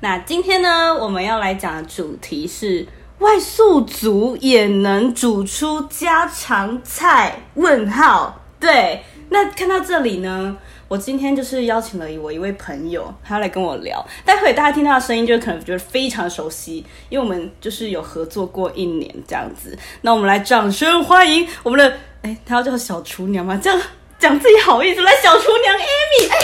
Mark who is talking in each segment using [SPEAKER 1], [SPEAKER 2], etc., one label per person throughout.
[SPEAKER 1] 那今天呢，我们要来讲的主题是。外宿族也能煮出家常菜？问号。对，那看到这里呢，我今天就是邀请了我一位朋友，他要来跟我聊。待会大家听到的声音，就可能觉得非常熟悉，因为我们就是有合作过一年这样子。那我们来掌声欢迎我们的，哎，他要叫小厨娘吗？这样讲自己好意思，来小厨娘 Amy，哎，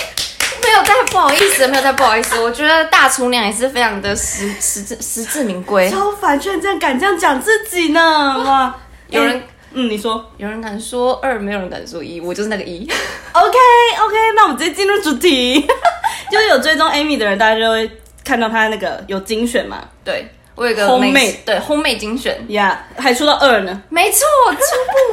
[SPEAKER 2] 没有太不好意思，没有太不好意思。我觉得大厨娘也是非常的实实至实至名归。
[SPEAKER 1] 超烦，居然这样敢这样讲自己呢，哎哇！
[SPEAKER 2] 有人
[SPEAKER 1] 哎，嗯，你说。
[SPEAKER 2] 有人敢说二，没有人敢说一，我就是那个一。
[SPEAKER 1] OK OK，那我们直接进入主题，就是有追踪 Amy 的人，大家就会看到她那个有精选嘛
[SPEAKER 2] 对我有一个
[SPEAKER 1] 烘
[SPEAKER 2] 美
[SPEAKER 1] 焙
[SPEAKER 2] 对烘焙精选，
[SPEAKER 1] yeah,，还出到二呢。
[SPEAKER 2] 没错，出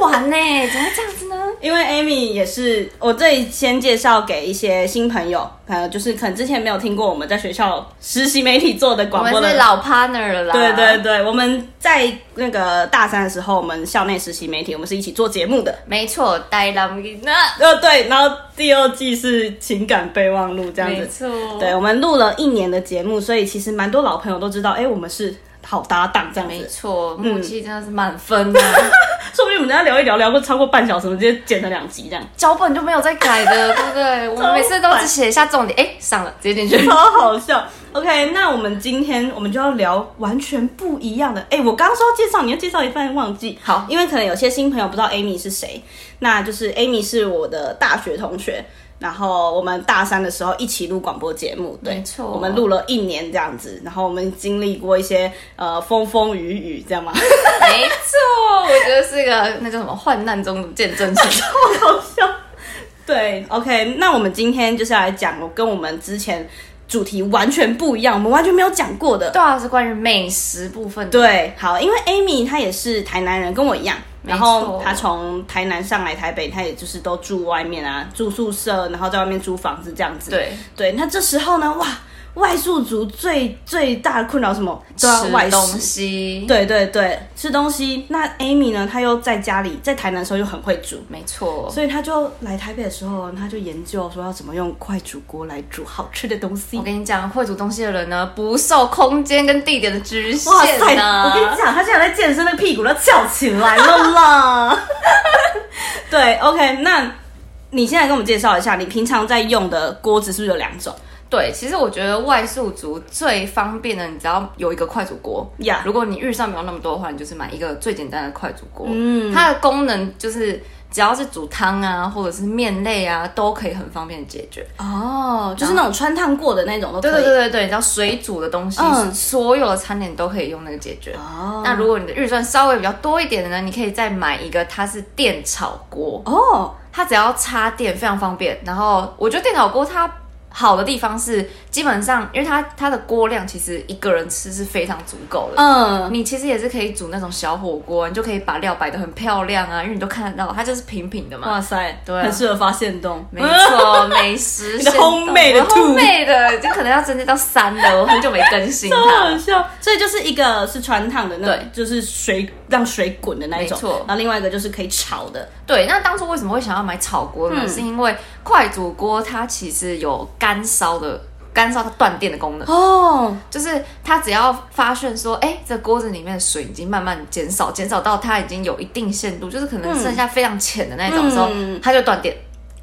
[SPEAKER 2] 不完呢，怎么会这样子呢？
[SPEAKER 1] 因为 Amy 也是我这里先介绍给一些新朋友，还有就是可能之前没有听过我们在学校实习媒体做的
[SPEAKER 2] 我
[SPEAKER 1] 广播
[SPEAKER 2] 们
[SPEAKER 1] 的
[SPEAKER 2] 是老 partner 了啦。
[SPEAKER 1] 对对，对，我们在那个大三的时候，我们校内实习媒体，我们是一起做节目的。
[SPEAKER 2] 没错，呆浪咪那
[SPEAKER 1] 呃，对，然后第二季是情感备忘录这样子
[SPEAKER 2] 没，错，
[SPEAKER 1] 对，我们录了一年的节目，所以其实蛮多老朋友都知道，哎、我们是好搭档这样
[SPEAKER 2] 没
[SPEAKER 1] 子。
[SPEAKER 2] 错，默契真的是满分啊的，
[SPEAKER 1] 说不定我们等一下聊一聊，聊过超过半小时，我们直接剪成两集这样，
[SPEAKER 2] 脚本就没有再改的，对不对？我们每次都只写一下重点，哎，上了，直接进去
[SPEAKER 1] 超。好笑。OK，那我们今天我们就要聊完全不一样的。哎、我刚刚说要介绍，你要介绍一半忘记，
[SPEAKER 2] 好
[SPEAKER 1] 因为可能有些新朋友不知道 Amy 是谁，那就是 Amy 是我的大学同学。然后我们大三的时候一起录广播节目，对，
[SPEAKER 2] 没错
[SPEAKER 1] 我们录了一年这样子，然后我们经历过一些呃风风雨雨，这样吗？
[SPEAKER 2] 没错，我觉得是个那叫什么患难中的见证者。
[SPEAKER 1] 好笑。对，OK，那我们今天就是要来讲我跟我们之前主题完全不一样，我们完全没有讲过的。
[SPEAKER 2] 对啊，是关于美食部分的。
[SPEAKER 1] 对，好，因为 Amy 她也是台南人，跟我一样，
[SPEAKER 2] 没
[SPEAKER 1] 然后
[SPEAKER 2] 错
[SPEAKER 1] 她从台南上来台北，她也就是都住外面啊，住宿舍，然后在外面租房子这样子。
[SPEAKER 2] 对，
[SPEAKER 1] 对，那这时候呢，哇，外宿族最最大的困扰是什么？都要外食
[SPEAKER 2] 吃东西。，
[SPEAKER 1] 对对对，吃东西。那 Amy 呢，她又在家里，在台南的时候又很会煮，
[SPEAKER 2] 没错。
[SPEAKER 1] 所以他就来台北的时候，他就研究说要怎么用快煮锅来煮好吃的东西
[SPEAKER 2] 我。跟你讲，会煮东西的人呢，不受空间跟地点的局限啊
[SPEAKER 1] 哇塞！
[SPEAKER 2] 呐、
[SPEAKER 1] 我跟你讲，他现在在健身的屁股都翘起来了 啦。对，OK，那你现在跟我们介绍一下，你平常在用的锅子是不是有两种？
[SPEAKER 2] 对，其实我觉得外宿族最方便的，你只要有一个快煮锅。
[SPEAKER 1] 呀
[SPEAKER 2] 如果你预算没有那么多的话，你就是买一个最简单的快煮锅。
[SPEAKER 1] 嗯
[SPEAKER 2] 它的功能就是只要是煮汤啊，或者是面类啊，都可以很方便地解决。
[SPEAKER 1] 哦，就是那种穿烫过的那种都可
[SPEAKER 2] 对
[SPEAKER 1] 以。
[SPEAKER 2] 对对对对，你知道水煮的东西，
[SPEAKER 1] 嗯
[SPEAKER 2] 所有的餐点都可以用那个解决。
[SPEAKER 1] 哦
[SPEAKER 2] 那如果你的预算稍微比较多一点的呢，你可以再买一个，它是电炒锅，
[SPEAKER 1] 哦，
[SPEAKER 2] 它只要插电，非常方便。然后我觉得电炒锅它好的地方是，基本上因为它它的锅量其实一个人吃是非常足够的。
[SPEAKER 1] 嗯，
[SPEAKER 2] 你其实也是可以煮那种小火锅，你就可以把料摆得很漂亮啊，因为你都看得到，它就是平平的嘛。
[SPEAKER 1] 哇塞，
[SPEAKER 2] 对啊
[SPEAKER 1] 很适合发现洞。
[SPEAKER 2] 没错，美食
[SPEAKER 1] 你的
[SPEAKER 2] 先动
[SPEAKER 1] 烘焙的
[SPEAKER 2] 我烘焙的已经可能要增加到三了，我很久没更 新
[SPEAKER 1] 超
[SPEAKER 2] 它
[SPEAKER 1] 好
[SPEAKER 2] 了。
[SPEAKER 1] 笑。所以就是一个是穿烫的那种
[SPEAKER 2] 对，
[SPEAKER 1] 就是水让水滚的那一种
[SPEAKER 2] 没错，
[SPEAKER 1] 然后另外一个就是可以炒的。
[SPEAKER 2] 对，那当初为什么会想要买炒锅呢？
[SPEAKER 1] 嗯
[SPEAKER 2] 是因为快煮锅它其实有干烧的。干烧它断电的功能，
[SPEAKER 1] 哦，
[SPEAKER 2] 就是它只要发现说，哎、这锅子里面的水已经慢慢减少，减少到它已经有一定限度，就是可能剩下非常浅的那种时候，
[SPEAKER 1] 嗯
[SPEAKER 2] 它就断电。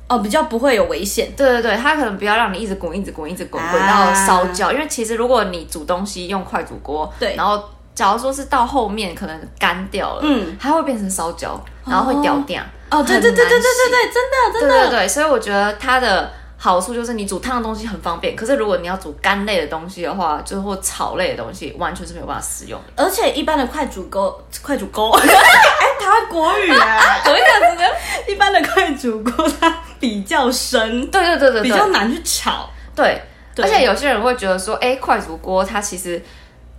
[SPEAKER 1] 哦，比较不会有危险。
[SPEAKER 2] 对对对，它可能不要让你一直滚，一直滚，一直滚，
[SPEAKER 1] 啊
[SPEAKER 2] 滚到烧焦。因为其实如果你煮东西用快煮锅，
[SPEAKER 1] 对
[SPEAKER 2] 然后假如说是到后面可能干掉了，
[SPEAKER 1] 嗯，
[SPEAKER 2] 它会变成烧焦，然后会掉掉。
[SPEAKER 1] 哦，对对对对对对对，真的真
[SPEAKER 2] 对对
[SPEAKER 1] 的。
[SPEAKER 2] 对，所以我觉得它的好处就是你煮烫的东西很方便，可是如果你要煮干类的东西的话，就是或炒类的东西，完全是没有办法使用的。
[SPEAKER 1] 而且一般的快煮锅，快煮锅，哎，台湾国 语啊，
[SPEAKER 2] 怎么讲这个？
[SPEAKER 1] 一般的快煮锅它比较深，
[SPEAKER 2] 对对对对对，
[SPEAKER 1] 比较难去炒。
[SPEAKER 2] 对，
[SPEAKER 1] 对
[SPEAKER 2] 而且有些人会觉得说，哎、快煮锅它其实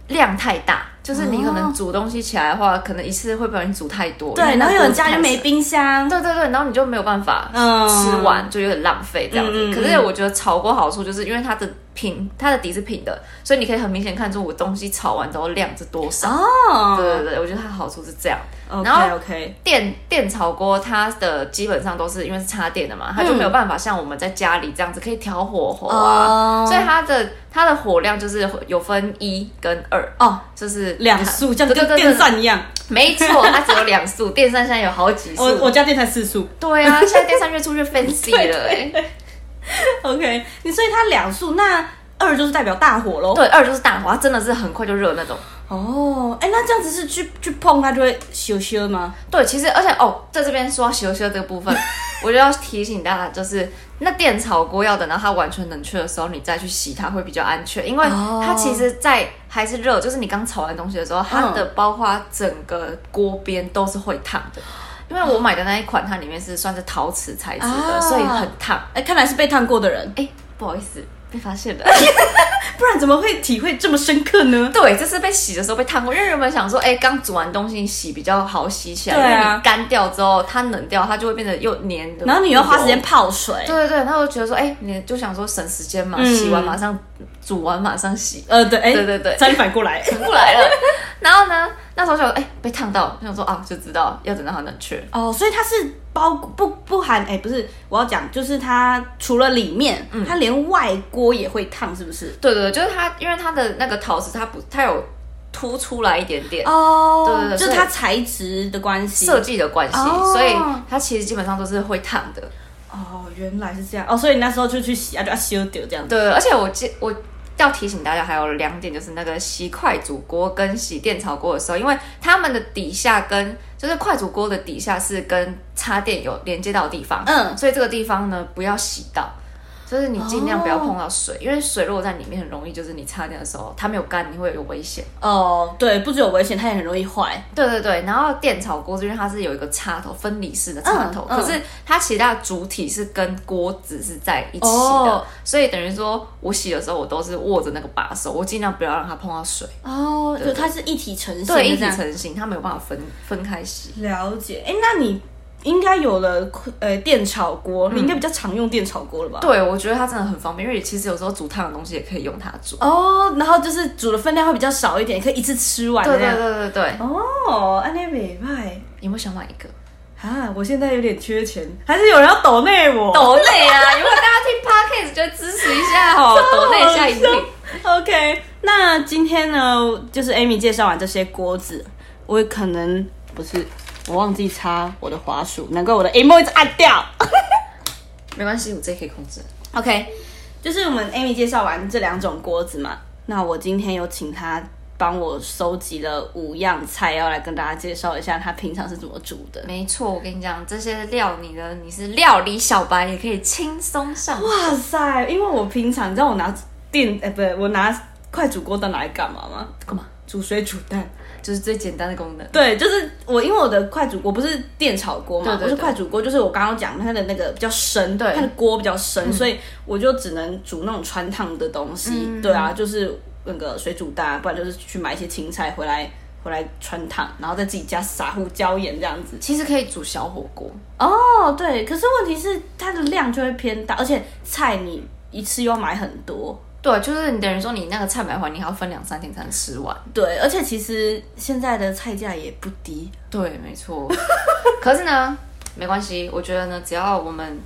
[SPEAKER 2] 量太大，就是你可能煮东西起来的话，可能一次会不小心煮太多。因
[SPEAKER 1] 对，
[SPEAKER 2] 为那
[SPEAKER 1] 然后有人
[SPEAKER 2] 锅
[SPEAKER 1] 家
[SPEAKER 2] 太
[SPEAKER 1] 就没
[SPEAKER 2] 深
[SPEAKER 1] 冰箱，
[SPEAKER 2] 对对对，然后你就没有办法
[SPEAKER 1] 嗯
[SPEAKER 2] 吃完，就有点浪费这样子。
[SPEAKER 1] 嗯嗯
[SPEAKER 2] 可是我觉得炒锅好处就是因为它的平，它的底是平的，所以你可以很明显看出我东西炒完之后量是多少。
[SPEAKER 1] 哦，
[SPEAKER 2] 对对对，我觉得它好处是这样。然
[SPEAKER 1] OK
[SPEAKER 2] 后
[SPEAKER 1] OK，
[SPEAKER 2] 电电炒锅它的基本上都是因为是插电的嘛，它就没有办法像我们在家里这样子可以调火候啊，
[SPEAKER 1] 哦
[SPEAKER 2] 所以它的它的火量就是有分一跟二，
[SPEAKER 1] 哦，
[SPEAKER 2] 就是
[SPEAKER 1] 两速，这样
[SPEAKER 2] 对对
[SPEAKER 1] 跟
[SPEAKER 2] 对对
[SPEAKER 1] 电扇一样，
[SPEAKER 2] 没错，它只有两速，电扇现在有好几速。
[SPEAKER 1] 我我家电才四速。
[SPEAKER 2] 对啊，现在电扇越出越 fancy 了哎、欸
[SPEAKER 1] OK，你所以它两速，那二就是代表大火喽。
[SPEAKER 2] 对，二就是大火，它真的是很快就热那种。
[SPEAKER 1] 哦，哎、那这样子是去去碰它就会咻咻吗？
[SPEAKER 2] 对，其实而且哦，在这边说到羞羞这个 部分，我就要提醒大家，就是那电炒锅要等到它完全冷却的时候，你再去洗它会比较安全，因为
[SPEAKER 1] 哦
[SPEAKER 2] 它其实，在还是热，就是你刚炒完东西的时候，
[SPEAKER 1] 嗯
[SPEAKER 2] 它的包括整个锅边都是会烫的。因为我买的那一款，它里面是算是陶瓷材质的，
[SPEAKER 1] 啊
[SPEAKER 2] 所以很烫。
[SPEAKER 1] 哎、看来是被烫过的人，
[SPEAKER 2] 哎，不好意思，被发现了。
[SPEAKER 1] 不然怎么会体会这么深刻呢？
[SPEAKER 2] 对，这是被洗的时候被烫过，因为原本想说，哎、刚煮完东西洗比较好洗起来，
[SPEAKER 1] 对啊
[SPEAKER 2] 因为你干掉之后它冷掉，它就会变得又黏的。
[SPEAKER 1] 然后你又花时间，泡水，
[SPEAKER 2] 对对对，他就觉得说，哎、你就想说省时间嘛，
[SPEAKER 1] 嗯
[SPEAKER 2] 洗完马上煮完马上洗，
[SPEAKER 1] 呃，对，哎、
[SPEAKER 2] 对对对
[SPEAKER 1] 差点反过来，
[SPEAKER 2] 不来了。然后呢， 那时候想说，哎、被烫到，想说啊，就知道要等到它冷却。
[SPEAKER 1] 哦，所以它是包不不含，哎、不是，我要讲就是它除了里面，它连外锅也会烫，是不是？
[SPEAKER 2] 对对对，就是它，因为它的那个陶瓷，它不，它有凸出来一点点。
[SPEAKER 1] 哦
[SPEAKER 2] 对对对
[SPEAKER 1] 就
[SPEAKER 2] 所
[SPEAKER 1] 是
[SPEAKER 2] 以
[SPEAKER 1] 它材质的关系。
[SPEAKER 2] 设计的关系，
[SPEAKER 1] 哦
[SPEAKER 2] 所以它其实基本上都是会烫的。
[SPEAKER 1] 哦，原来是这样。哦，所以你那时候就去洗啊，就要修掉这样子。
[SPEAKER 2] 对，而且我记我要提醒大家还有两点，就是那个洗快煮锅跟洗电炒锅的时候，因为它们的底下跟就是快煮锅的底下是跟插电有连接到的地方，
[SPEAKER 1] 嗯
[SPEAKER 2] 所以这个地方呢不要洗到。就是你尽量不要碰到水，因为水落在里面很容易，就是你插电的时候它没有干，你会有危险。
[SPEAKER 1] 哦，对，不只有危险，它也很容易坏。
[SPEAKER 2] 对对对，然后电炒锅因为它是有一个插头，分离式的插头，
[SPEAKER 1] 嗯嗯
[SPEAKER 2] 可是它其他的主体是跟锅子是在一起的，
[SPEAKER 1] 哦
[SPEAKER 2] 所以等于说我洗的时候我都是握着那个把手，我尽量不要让它碰到水，
[SPEAKER 1] 哦，
[SPEAKER 2] 对
[SPEAKER 1] 就它是一体成型的
[SPEAKER 2] 对，一
[SPEAKER 1] 这
[SPEAKER 2] 体
[SPEAKER 1] 样。
[SPEAKER 2] 成型，它没有办法分分开洗。
[SPEAKER 1] 了解。哎，那你应该有了呃电炒锅，你应该比较常用电炒锅了吧？。
[SPEAKER 2] 对，我觉得它真的很方便，因为其实有时候煮烫的东西也可以用它煮。
[SPEAKER 1] 哦，然后就是煮的分量会比较少一点，可以一次吃完
[SPEAKER 2] 对
[SPEAKER 1] 这
[SPEAKER 2] 对
[SPEAKER 1] 样。
[SPEAKER 2] 对对对，
[SPEAKER 1] 哦，安内美派
[SPEAKER 2] 有没有想买一个？
[SPEAKER 1] 啊！我现在有点缺钱，还是有人要抖内我？
[SPEAKER 2] 抖内啊！如果大家听 podcast 就支持一下 哦，抖内一下一定。
[SPEAKER 1] OK，那今天呢，就是 Amy 介绍完这些锅子，我可能不是我忘记插我的滑鼠，难怪我的 emo 一直按掉。
[SPEAKER 2] 没关系，我自己可以控制。
[SPEAKER 1] OK，就是我们 Amy 介绍完这两种锅子嘛，那我今天有请她帮我收集了五样菜，要来跟大家介绍一下她平常是怎么煮的。
[SPEAKER 2] 没错，我跟你讲，这些料理呢，你是料理小白也可以轻松上手。
[SPEAKER 1] 哇塞，因为我平常你知道我拿电哎、不对，我拿快煮锅的拿来干嘛吗？
[SPEAKER 2] 干嘛？
[SPEAKER 1] 煮水煮蛋。
[SPEAKER 2] 就是最简单的功能。
[SPEAKER 1] 对，就是我，因为我的快煮锅不是电炒锅嘛，
[SPEAKER 2] 对对
[SPEAKER 1] 我是
[SPEAKER 2] 对
[SPEAKER 1] 快煮锅，就是我刚刚讲它的那个比较深，
[SPEAKER 2] 对
[SPEAKER 1] 它的锅比较深，所以我就只能煮那种穿烫的东西。
[SPEAKER 2] 嗯
[SPEAKER 1] 对啊，就是那个水煮蛋啊，不然就是去买一些青菜回来。回来穿烫，然后在自己家撒胡椒盐这样子。
[SPEAKER 2] 其实可以煮小火锅，
[SPEAKER 1] 哦，对，可是问题是它的量就会偏大，而且菜你一次又要买很多。
[SPEAKER 2] 对，就是你等于说你那个菜买回来，你还要分两三天才能吃 完。
[SPEAKER 1] 对，而且其实现在的菜价也不低。
[SPEAKER 2] 对，没错。可是呢，没关系，我觉得呢，只要我们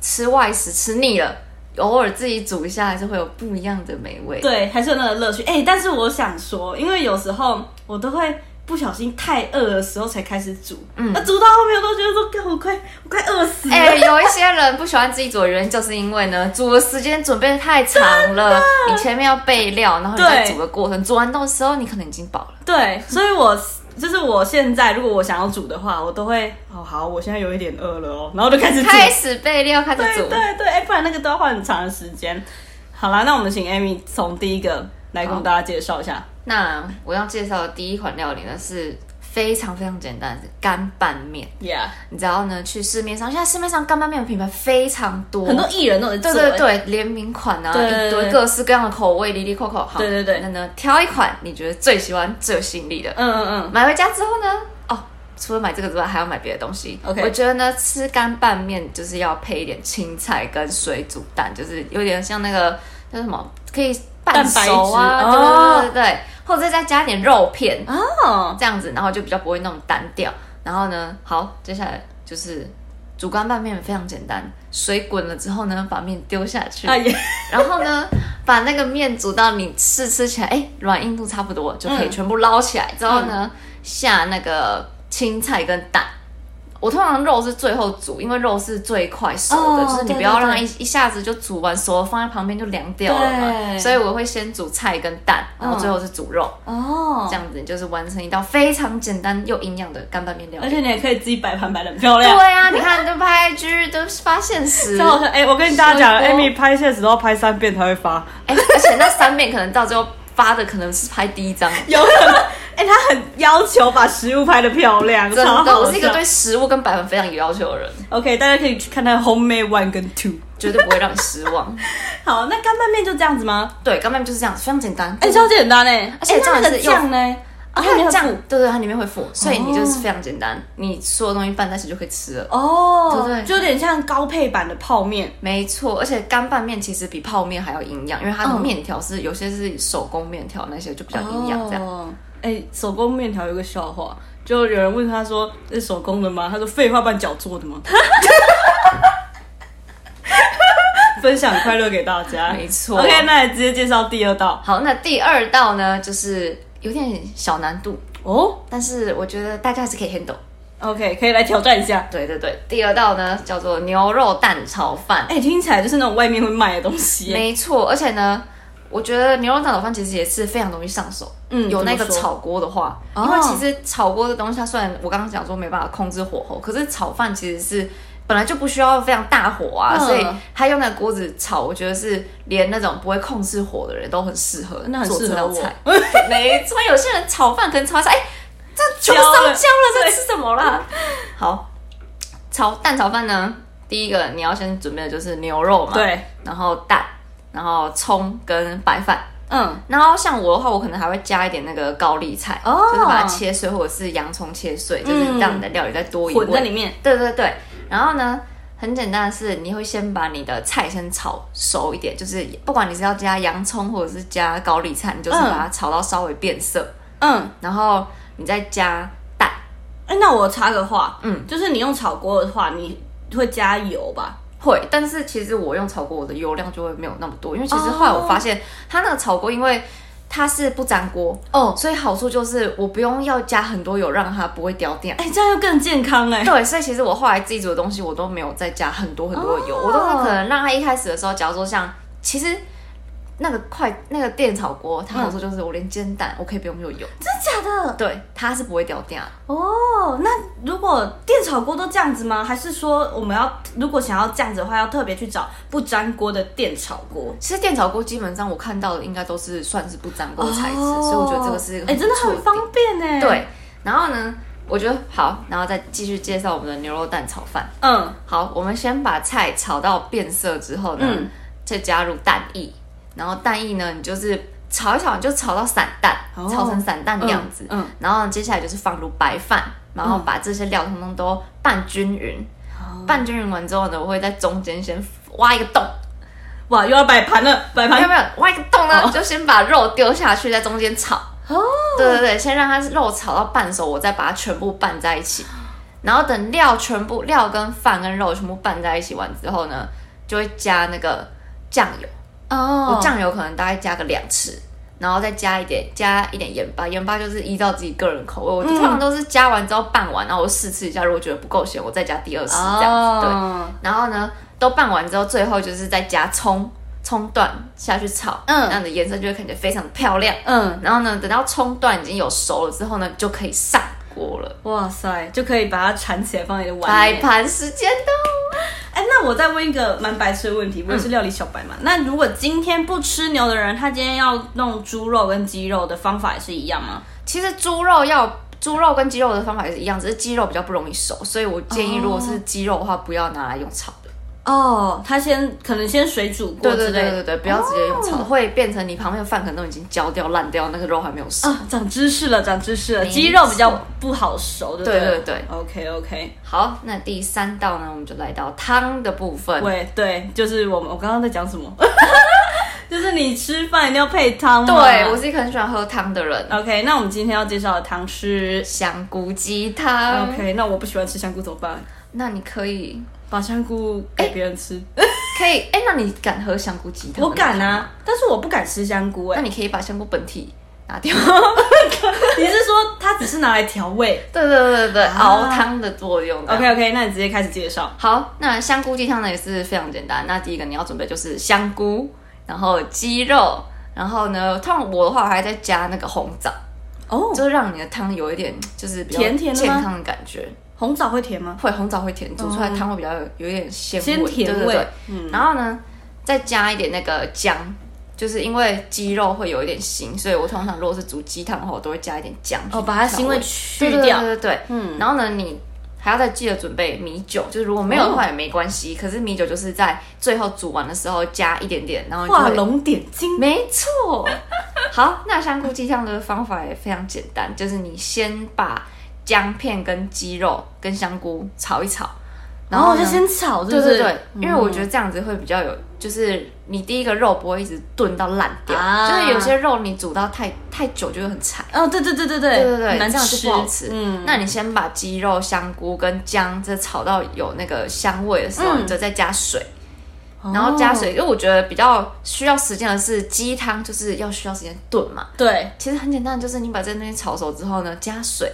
[SPEAKER 2] 吃外食吃腻了，偶尔自己煮一下，还是会有不一样的美味。
[SPEAKER 1] 对，还是有那个乐趣。哎、但是我想说，因为有时候我都会不小心太饿的时候才开始煮，嗯，那煮到后面我都觉得说，干我快我快饿死了。
[SPEAKER 2] 哎、有一些人不喜欢自己煮的原因，就是因为呢， 煮的时间准备得太长 了，你前面要备料，然后你
[SPEAKER 1] 对
[SPEAKER 2] 在煮的过程，煮完到时候你可能已经饱 了。
[SPEAKER 1] 对，所以我就是我现在如果我想要煮的话，我都会哦好，我现在有一点饿了哦，然后就开始煮。
[SPEAKER 2] 开始备料，开始
[SPEAKER 1] 对
[SPEAKER 2] 煮。
[SPEAKER 1] 对对，哎、不然那个都要花很长的时间。好啦，那我们请 Amy 从第一个来跟
[SPEAKER 2] 好
[SPEAKER 1] 大家介绍一下。
[SPEAKER 2] 那我要介绍的第一款料理呢是非常非常简单，干拌面。
[SPEAKER 1] ，Yeah，
[SPEAKER 2] 你只要呢去市面上，现在市面上干拌面的品牌非常多，
[SPEAKER 1] 很多艺人都有在
[SPEAKER 2] 对
[SPEAKER 1] 做、
[SPEAKER 2] 对
[SPEAKER 1] 欸
[SPEAKER 2] 对，联名款啊，
[SPEAKER 1] 对对对
[SPEAKER 2] 一堆各式各样的口味，里里扣扣。好，
[SPEAKER 1] 对对对
[SPEAKER 2] 那呢挑一款你觉得最喜欢、最有吸引力的，
[SPEAKER 1] 嗯嗯
[SPEAKER 2] 买回家之后呢，哦，除了买这个之外，还要买别的东西。
[SPEAKER 1] OK
[SPEAKER 2] 我觉得呢，吃干拌面就是要配一点青菜跟水煮蛋，就是有点像那个叫什么，可以
[SPEAKER 1] 蛋
[SPEAKER 2] 半
[SPEAKER 1] 白质
[SPEAKER 2] 熟啊，对
[SPEAKER 1] 哦
[SPEAKER 2] 对对对对，或者再加点肉片
[SPEAKER 1] 嗯，哦，
[SPEAKER 2] 这样子，然后就比较不会那么单调。然后呢，好，接下来就是煮干拌面非常简单，水滚了之后呢，把面丢下去，
[SPEAKER 1] 啊也
[SPEAKER 2] 然后呢，把那个面煮到你试吃起来，哎，软硬度差不多，就可以
[SPEAKER 1] 嗯
[SPEAKER 2] 全部捞起来。之后呢，下那个青菜跟蛋。我通常肉是最后煮，因为肉是最快熟的，
[SPEAKER 1] 哦
[SPEAKER 2] 就是你
[SPEAKER 1] 对
[SPEAKER 2] 不要
[SPEAKER 1] 对
[SPEAKER 2] 让它
[SPEAKER 1] 对
[SPEAKER 2] 一一下子就煮完熟了，放在旁边就凉掉了嘛。
[SPEAKER 1] 对
[SPEAKER 2] 所以我会先煮菜跟蛋，然后
[SPEAKER 1] 嗯
[SPEAKER 2] 最后是煮肉，
[SPEAKER 1] 哦
[SPEAKER 2] 这，样子你就是完成一道非常简单又营养的干拌面料
[SPEAKER 1] 而
[SPEAKER 2] 理。
[SPEAKER 1] 且你也可以自己摆盘摆的很漂
[SPEAKER 2] 对
[SPEAKER 1] 亮。
[SPEAKER 2] 啊，你看都拍 IG 都发现 实，
[SPEAKER 1] 这好像哎、我跟大家讲
[SPEAKER 2] 水果
[SPEAKER 1] ，Amy 拍现实都要拍三遍才会发，
[SPEAKER 2] 哎、而且那三面可能到最后发的可能是拍第一张，
[SPEAKER 1] 有可能。 哎、她很要求把食物拍的漂亮，
[SPEAKER 2] 真
[SPEAKER 1] 超
[SPEAKER 2] 的，
[SPEAKER 1] 好
[SPEAKER 2] 我是一个
[SPEAKER 1] 笑
[SPEAKER 2] 对食物跟摆盘非常有要求的 人，
[SPEAKER 1] OK，大家可以去看她的 Homemade One 跟 Two。
[SPEAKER 2] 绝对不会让你失望。
[SPEAKER 1] 好，那干拌面就这样子吗？
[SPEAKER 2] 对，干拌面就是这样，非常简单。
[SPEAKER 1] 哎、超简单哎、而
[SPEAKER 2] 且重
[SPEAKER 1] 那
[SPEAKER 2] 点
[SPEAKER 1] 那
[SPEAKER 2] 是
[SPEAKER 1] 个
[SPEAKER 2] 又
[SPEAKER 1] 酱呢？啊，它
[SPEAKER 2] 啊，它
[SPEAKER 1] 没有
[SPEAKER 2] 的酱
[SPEAKER 1] 附，
[SPEAKER 2] 对对，它里面会附，所以你就是
[SPEAKER 1] 哦
[SPEAKER 2] 非常简单，你所有东西拌在一起就可以吃了。
[SPEAKER 1] 哦，
[SPEAKER 2] 对对
[SPEAKER 1] 就有点像高配版的泡面。
[SPEAKER 2] 没错，而且干拌面其实比泡面还要营养，因为它的
[SPEAKER 1] 嗯
[SPEAKER 2] 面条是、有些是手工面条，那些就比较营养。这样，
[SPEAKER 1] 哦，哎、手工面条有个笑话，就有人问他说：“是手工的吗？”他说：“废话，半脚做的吗？” 分享快乐给大家，
[SPEAKER 2] 没错
[SPEAKER 1] OK，那来直接介绍第二道
[SPEAKER 2] 好，那第二道呢，就是有点小难度，
[SPEAKER 1] 哦。
[SPEAKER 2] 但是我觉得大家还是可以 handle。
[SPEAKER 1] OK，可以来挑战一下。
[SPEAKER 2] 对对对，第二道呢叫做牛肉蛋炒饭，
[SPEAKER 1] 哎、听起来就是那种外面会卖的东西。
[SPEAKER 2] 没错，而且呢，我觉得牛肉蛋炒饭其实也是非常容易上手。
[SPEAKER 1] 嗯
[SPEAKER 2] 有那个
[SPEAKER 1] 怎么说
[SPEAKER 2] 炒锅的话，
[SPEAKER 1] 哦
[SPEAKER 2] 因为其实炒锅的东西，它虽然我刚刚讲说没办法控制火候，可是炒饭其实是本来就不需要非常大火啊，
[SPEAKER 1] 嗯
[SPEAKER 2] 所以他用那个锅子炒，我觉得是连那种不会控制火的人都很适合
[SPEAKER 1] 那很
[SPEAKER 2] 做
[SPEAKER 1] 适
[SPEAKER 2] 这
[SPEAKER 1] 合
[SPEAKER 2] 道
[SPEAKER 1] 我
[SPEAKER 2] 菜。 没错，有些人炒饭可能炒一下，哎、这全部烧焦
[SPEAKER 1] 焦了
[SPEAKER 2] 了，这吃什么啦？好，炒蛋炒饭呢，第一个你要先准备的就是牛肉嘛，，
[SPEAKER 1] 对，
[SPEAKER 2] 然后蛋，然后葱跟白饭。
[SPEAKER 1] 嗯，
[SPEAKER 2] 然后像我的话，我可能还会加一点那个高丽菜，
[SPEAKER 1] 哦嗯
[SPEAKER 2] 就是把它切碎，或者是洋葱切碎，就是让你的料理再多一味。
[SPEAKER 1] 混在里面。
[SPEAKER 2] 对对对。然后呢，很简单的是，你会先把你的菜先炒熟一点，就是不管你是要加洋葱或者是加高丽菜，你就是
[SPEAKER 1] 嗯
[SPEAKER 2] 把它炒到稍微变色，
[SPEAKER 1] 嗯，
[SPEAKER 2] 然后你再加蛋。
[SPEAKER 1] 哎、那我插个话，
[SPEAKER 2] 嗯
[SPEAKER 1] 嗯，就是你用炒锅的话，你会加油吧？
[SPEAKER 2] 会，但是其实我用炒锅，我的油量就会没有那么多，因为其实
[SPEAKER 1] 哦
[SPEAKER 2] 后来我发现，它那个炒锅因为它是不粘锅，
[SPEAKER 1] 哦，
[SPEAKER 2] 所以好处就是我不用要加很多油，让它不会掉掉。
[SPEAKER 1] 哎、这样又更健康哎、
[SPEAKER 2] 对，所以其实我后来自己煮的东西，我都没有再加很多很多的油，
[SPEAKER 1] 哦
[SPEAKER 2] 我都是可能让它一开始的时候，假如说像其实那个快那个电炒锅，它好处就是我连煎蛋、我可以不用有油，
[SPEAKER 1] 真的假的？
[SPEAKER 2] 对，它是不会掉掉的。
[SPEAKER 1] 哦，那如果电炒锅都这样子吗？还是说我们要如果想要这样子的话，要特别去找不粘锅的电炒锅？
[SPEAKER 2] 其实电炒锅基本上我看到的应该都是算是不粘锅的材质，
[SPEAKER 1] 哦
[SPEAKER 2] 所以我觉得这个是一个
[SPEAKER 1] 哎、真的
[SPEAKER 2] 不错
[SPEAKER 1] 很
[SPEAKER 2] 点
[SPEAKER 1] 方便哎、，
[SPEAKER 2] 对。然后呢，我觉得好，然后再继续介绍我们的牛肉蛋炒饭。
[SPEAKER 1] 嗯，
[SPEAKER 2] 好，我们先把菜炒到变色之后呢，
[SPEAKER 1] 嗯
[SPEAKER 2] 再加入蛋液，然后蛋液呢，你就是炒一炒，你就炒到散蛋，
[SPEAKER 1] 哦
[SPEAKER 2] 炒成散蛋的样子。
[SPEAKER 1] 嗯嗯
[SPEAKER 2] 然后接下来就是放入白饭，然后把这些料通通都拌均匀。
[SPEAKER 1] 哦
[SPEAKER 2] 拌均匀完之后呢，我会在中间先挖一个洞，
[SPEAKER 1] 哇，又要摆盘了，摆
[SPEAKER 2] 没
[SPEAKER 1] 盘
[SPEAKER 2] 有没有挖一个洞呢，
[SPEAKER 1] 哎哦
[SPEAKER 2] 就先把肉丢下去，在中间炒。
[SPEAKER 1] 哦，
[SPEAKER 2] 对对对，先让它肉炒到半熟，我再把它全部拌在一起，然后等料全部料跟饭跟肉全部拌在一起完之后呢，就会加那个酱油，
[SPEAKER 1] 哦
[SPEAKER 2] 我酱油可能大概加个两匙。然后再加一点，加一点盐巴，盐巴就是依照自己个人口味。
[SPEAKER 1] 嗯
[SPEAKER 2] 我通常都是加完之后拌完，然后我试吃一下，如果觉得不够咸，我再加第二匙这样子。对，
[SPEAKER 1] 哦，
[SPEAKER 2] 然后呢，都拌完之后，最后就是再加葱、葱段下去炒，
[SPEAKER 1] 嗯
[SPEAKER 2] 那样的颜色就会看起来非常漂亮。
[SPEAKER 1] 嗯，
[SPEAKER 2] 然后呢，等到葱段已经有熟了之后呢，就可以上锅了。
[SPEAKER 1] 哇塞，就可以把它缠起来放在你的碗里
[SPEAKER 2] 摆
[SPEAKER 1] 面。
[SPEAKER 2] 盘时间到，
[SPEAKER 1] 哎、那我再问一个蛮白痴的问题，我也
[SPEAKER 2] 嗯
[SPEAKER 1] 是料理小白嘛。那如果今天不吃牛的人，他今天要弄猪肉跟鸡肉的方法也是一样吗？
[SPEAKER 2] 其实猪肉要猪肉跟鸡肉的方法也是一样，只是鸡肉比较不容易熟，所以我建议如果是鸡肉的话，不要拿来用炒的。
[SPEAKER 1] 哦，它先可能先水煮过
[SPEAKER 2] 对
[SPEAKER 1] 之
[SPEAKER 2] 对
[SPEAKER 1] 类的，
[SPEAKER 2] 对对对，不要直接用炒的，会变成你旁边的饭可能都已经焦掉烂掉，那个肉还没有熟。
[SPEAKER 1] 啊，长知识了，长知识了，
[SPEAKER 2] 错
[SPEAKER 1] 鸡肉比较不好熟，对不对
[SPEAKER 2] 对对对
[SPEAKER 1] OK OK，
[SPEAKER 2] 好，那第三道呢，我们就来到汤的部分。
[SPEAKER 1] 喂，对，就是我们我刚刚在讲什么？ 就是你吃饭一定要配汤嘛。
[SPEAKER 2] 对我是一个很喜欢喝汤的人，
[SPEAKER 1] OK，那我们今天要介绍的汤是
[SPEAKER 2] 香菇鸡汤。
[SPEAKER 1] OK，那我不喜欢吃香菇怎么办？
[SPEAKER 2] 那你可以
[SPEAKER 1] 把香菇给别人吃，
[SPEAKER 2] 可以，哎、那你敢喝香菇鸡汤？
[SPEAKER 1] 我敢！啊，但是我不敢吃香菇哎、
[SPEAKER 2] 那你可以把香菇本体拿掉。
[SPEAKER 1] 你是说它只是拿来调 味
[SPEAKER 2] 对对对对对，熬汤的作用。
[SPEAKER 1] 啊？OK OK，那你直接开始介绍。
[SPEAKER 2] 好，那香菇鸡汤呢也是非常简单。那第一个你要准备就是香菇，然后鸡肉，然后呢，通常我的话我还在加那个红枣，
[SPEAKER 1] 哦，
[SPEAKER 2] 就是让你的汤有一点就是比较
[SPEAKER 1] 甜甜的
[SPEAKER 2] 健
[SPEAKER 1] 吗
[SPEAKER 2] 康的感觉。
[SPEAKER 1] 红枣会甜吗？
[SPEAKER 2] 会红枣会甜，煮出来汤会比较有有一点鲜味，嗯
[SPEAKER 1] 鲜哦甜
[SPEAKER 2] 对对
[SPEAKER 1] 味嗯
[SPEAKER 2] 对。然后呢，再加一点那个姜，就是因为鸡肉会有一点腥，所以我通常如果是煮鸡汤的话，我都会加一点姜去调
[SPEAKER 1] 哦，
[SPEAKER 2] 味。
[SPEAKER 1] 把它腥味
[SPEAKER 2] 对
[SPEAKER 1] 去
[SPEAKER 2] 对
[SPEAKER 1] 掉。
[SPEAKER 2] 对对对，嗯。然后呢，你还要再记得准备米酒，就是如果没有的话也没关系，可是米酒就是在最后煮完的时候加一点点，然后你就
[SPEAKER 1] 画
[SPEAKER 2] 会
[SPEAKER 1] 龙点睛。
[SPEAKER 2] 没错。 好，那香菇鸡汤的方法也非常简单，就是你先把姜片跟鸡肉跟香菇炒一炒，
[SPEAKER 1] 然
[SPEAKER 2] 然后
[SPEAKER 1] 后
[SPEAKER 2] 呢
[SPEAKER 1] 就先炒，是
[SPEAKER 2] 对
[SPEAKER 1] 不是？嗯
[SPEAKER 2] 对对，因为我觉得这样子会比较有，就是你第一个肉不会一直炖到烂掉，
[SPEAKER 1] 啊
[SPEAKER 2] 就是有些肉你煮到太太久就会很柴。
[SPEAKER 1] 哦，对对对对对，
[SPEAKER 2] 对对对，
[SPEAKER 1] 难
[SPEAKER 2] 这样就
[SPEAKER 1] 吃，
[SPEAKER 2] 不好吃。
[SPEAKER 1] 嗯，
[SPEAKER 2] 那你先把鸡肉、香菇跟姜这炒到有那个香味的时候，
[SPEAKER 1] 嗯
[SPEAKER 2] 你就再加水，然
[SPEAKER 1] 哦
[SPEAKER 2] 后加水，因为我觉得比较需要时间的是鸡汤，就是要需要时间炖嘛
[SPEAKER 1] 哦。对，
[SPEAKER 2] 其实很简单，就是你把这东西炒熟之后呢，加水，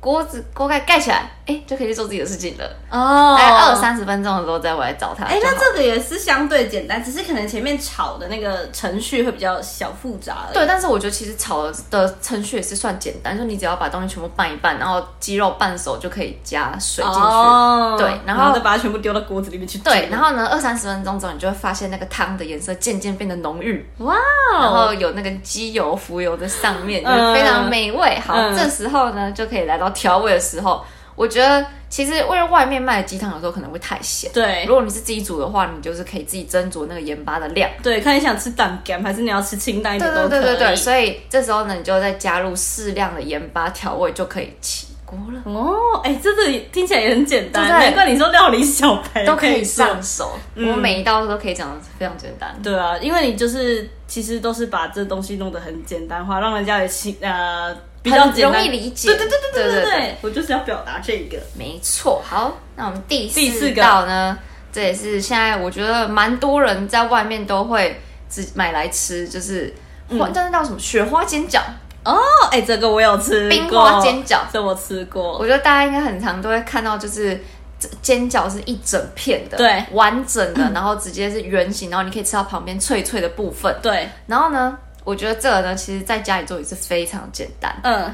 [SPEAKER 2] 锅子锅盖盖起来，哎，就可以去做自己的事情了。
[SPEAKER 1] 哦
[SPEAKER 2] 大概二。三十分钟的时候再回来找它。
[SPEAKER 1] 哎，
[SPEAKER 2] 就好
[SPEAKER 1] 那这个也是相对简单，只是可能前面炒的那个程序会比较小复杂而已。
[SPEAKER 2] 对，但是我觉得其实炒的程序也是算简单，就你只要把东西全部拌一拌，然后鸡肉半熟就可以加水进去。
[SPEAKER 1] 哦，
[SPEAKER 2] 对然后
[SPEAKER 1] 再把它全部丢到锅子里面去煮。
[SPEAKER 2] 对，然后呢，二三十分钟之后，你就会发现那个汤的颜色渐渐变得浓郁，
[SPEAKER 1] 哇
[SPEAKER 2] 然
[SPEAKER 1] 哦，
[SPEAKER 2] 后有那个鸡油、浮油的上面，就
[SPEAKER 1] 嗯
[SPEAKER 2] 是非常美味。好，
[SPEAKER 1] 嗯
[SPEAKER 2] 这时候呢，就可以来到调味的时候。我觉得其实为了外面卖的鸡汤有时候可能会太咸，
[SPEAKER 1] 对
[SPEAKER 2] 如果你是自己煮的话，你就是可以自己斟酌那个盐巴的量。
[SPEAKER 1] 对，看你想吃蛋干还是你要吃清淡一
[SPEAKER 2] 对
[SPEAKER 1] 点
[SPEAKER 2] 对
[SPEAKER 1] 都可以。
[SPEAKER 2] 对对对，所以这时候呢，你就再加入适量的盐巴调味就可以起锅了，
[SPEAKER 1] 哦，哎，这个听起来也很简单，
[SPEAKER 2] 对不对
[SPEAKER 1] 难怪你说料理小白
[SPEAKER 2] 都可以
[SPEAKER 1] 做嗯
[SPEAKER 2] 上手。我每一道都可以讲的非常简单。
[SPEAKER 1] 对啊，因为你就是其实都是把这东西弄得很简单化，让人家也清呃比较
[SPEAKER 2] 很
[SPEAKER 1] 简单
[SPEAKER 2] 容易理解
[SPEAKER 1] 对对对对对
[SPEAKER 2] 对
[SPEAKER 1] 对
[SPEAKER 2] 对
[SPEAKER 1] 对，我就是要表达这个。哦
[SPEAKER 2] 没错，好，那我们第
[SPEAKER 1] 第
[SPEAKER 2] 四
[SPEAKER 1] 四个
[SPEAKER 2] 道呢，这也是现在我觉得蛮多人在外面都会自买来吃，就是
[SPEAKER 1] 嗯
[SPEAKER 2] 花，这、是叫什么雪花煎饺、
[SPEAKER 1] 哦，哎，这个我有吃过，
[SPEAKER 2] 冰花煎饺，
[SPEAKER 1] 这我吃过。
[SPEAKER 2] 我觉得大家应该很常都会看到，就是这煎饺是一整片的，
[SPEAKER 1] 对
[SPEAKER 2] 完整的，然后直接是圆形，然后你可以吃到旁边脆脆的部分。
[SPEAKER 1] 对，
[SPEAKER 2] 然后呢，我觉得这个呢，其实在家里做也是非常简单。
[SPEAKER 1] 嗯，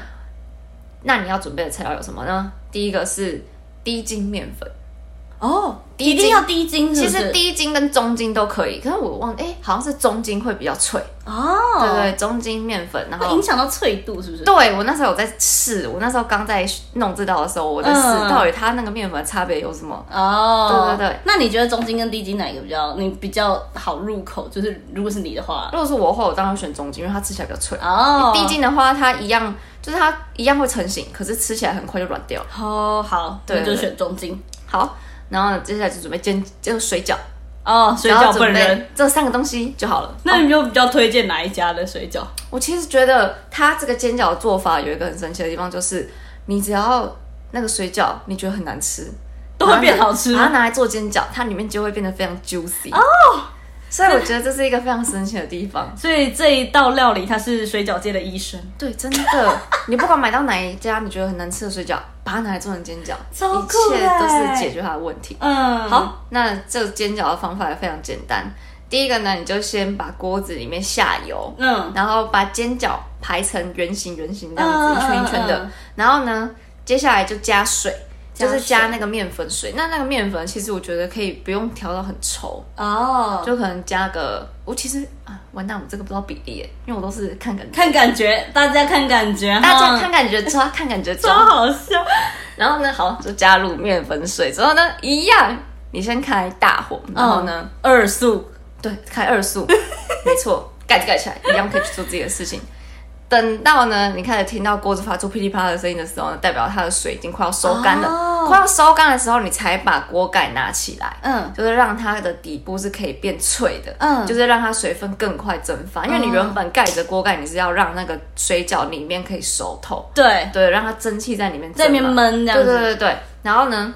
[SPEAKER 2] 那你要准备的材料有什么呢？第一个是低筋面粉。
[SPEAKER 1] 哦，
[SPEAKER 2] 低
[SPEAKER 1] 一
[SPEAKER 2] 筋
[SPEAKER 1] 定要低筋是
[SPEAKER 2] 其
[SPEAKER 1] 不是，
[SPEAKER 2] 实低筋跟中筋都可以，可是我忘哎、好像是中筋会比较脆，对
[SPEAKER 1] 哦，
[SPEAKER 2] 对，中筋面粉，然
[SPEAKER 1] 会
[SPEAKER 2] 后
[SPEAKER 1] 影。响到脆度，是不是？
[SPEAKER 2] 对，我那时候有在试，我那时候刚在弄这道的时候，我在试、
[SPEAKER 1] 嗯
[SPEAKER 2] 到底它那个面粉的差别有什么。
[SPEAKER 1] 哦，
[SPEAKER 2] 对对对。
[SPEAKER 1] 那你觉得中筋跟低筋哪一个比较你比较好入口？就是如果是你的话，
[SPEAKER 2] 如果是我的话，我当然会选中筋，因为它吃起来比较脆。
[SPEAKER 1] 哦，
[SPEAKER 2] 低筋的话，它一样就是它一样会成型，可是吃起来很快就软掉了。
[SPEAKER 1] 哦，好，
[SPEAKER 2] 对
[SPEAKER 1] 那就
[SPEAKER 2] 对
[SPEAKER 1] 选中筋。
[SPEAKER 2] 好，然后接下来就准备煎就是水饺，
[SPEAKER 1] 哦，水
[SPEAKER 2] 然后
[SPEAKER 1] 饺
[SPEAKER 2] 准
[SPEAKER 1] 本人
[SPEAKER 2] 备这三个东西就好了。
[SPEAKER 1] 那你就比较推荐哪一家的水饺？
[SPEAKER 2] 我其实觉得它这个煎饺的做法有一个很神奇的地方，就是你只要那个水饺你觉得很难吃，
[SPEAKER 1] 都会变好吃
[SPEAKER 2] 然后拿来做煎饺，它里面就会变得非常 juicy 哦。所以我觉得这是一个非常神奇的地方。
[SPEAKER 1] 所以这一道料理它是水饺界的医生，
[SPEAKER 2] 对，真的，你不管买到哪一家你觉得很难吃的水饺，把它拿来做成煎饺，
[SPEAKER 1] 超
[SPEAKER 2] 一
[SPEAKER 1] 酷
[SPEAKER 2] 切
[SPEAKER 1] 的欸
[SPEAKER 2] 都是解决它的问题。
[SPEAKER 1] 嗯，
[SPEAKER 2] 好，那这个煎饺的方法也非常简单。第一个呢，你就先把锅子里面下油，
[SPEAKER 1] 嗯，
[SPEAKER 2] 然后把煎饺排成圆形圆形这样子，
[SPEAKER 1] 嗯
[SPEAKER 2] 一圈一圈的。
[SPEAKER 1] 嗯嗯
[SPEAKER 2] 然后呢，接下来就加水，就是加那个面粉水。那那个面粉其实我觉得可以不用调到很稠，
[SPEAKER 1] 哦，
[SPEAKER 2] 就可能加个我其实啊，完蛋，我这个不知道比例耶，因为我都是看 感觉，
[SPEAKER 1] 看感觉，大家看感觉哈，哦
[SPEAKER 2] 大家看感觉抓，看感觉
[SPEAKER 1] 超
[SPEAKER 2] 抓。
[SPEAKER 1] 好笑，
[SPEAKER 2] 然后呢，好就加入面粉水之后呢，一样，你先开大火，然后呢，
[SPEAKER 1] 二速
[SPEAKER 2] 对，开 二速，没错，盖子盖起来，一样可以去做自己的事情。等到呢，你开始听到锅子发出噼里啪啦的声音的时候呢，代表它的水已经快要收干了。
[SPEAKER 1] 哦
[SPEAKER 2] 快要收干的时候，你才把锅盖拿起来，
[SPEAKER 1] 嗯
[SPEAKER 2] 就是让它的底部是可以变脆的，
[SPEAKER 1] 嗯哦
[SPEAKER 2] 就是让它水分更快蒸发。因为你原本盖着锅盖，你是要让那个水饺里面可以熟透，
[SPEAKER 1] 对，
[SPEAKER 2] 对，让它蒸汽在里面蒸
[SPEAKER 1] 在里面
[SPEAKER 2] 嘛
[SPEAKER 1] 闷这样
[SPEAKER 2] 对
[SPEAKER 1] 子，
[SPEAKER 2] 对对对，然后呢，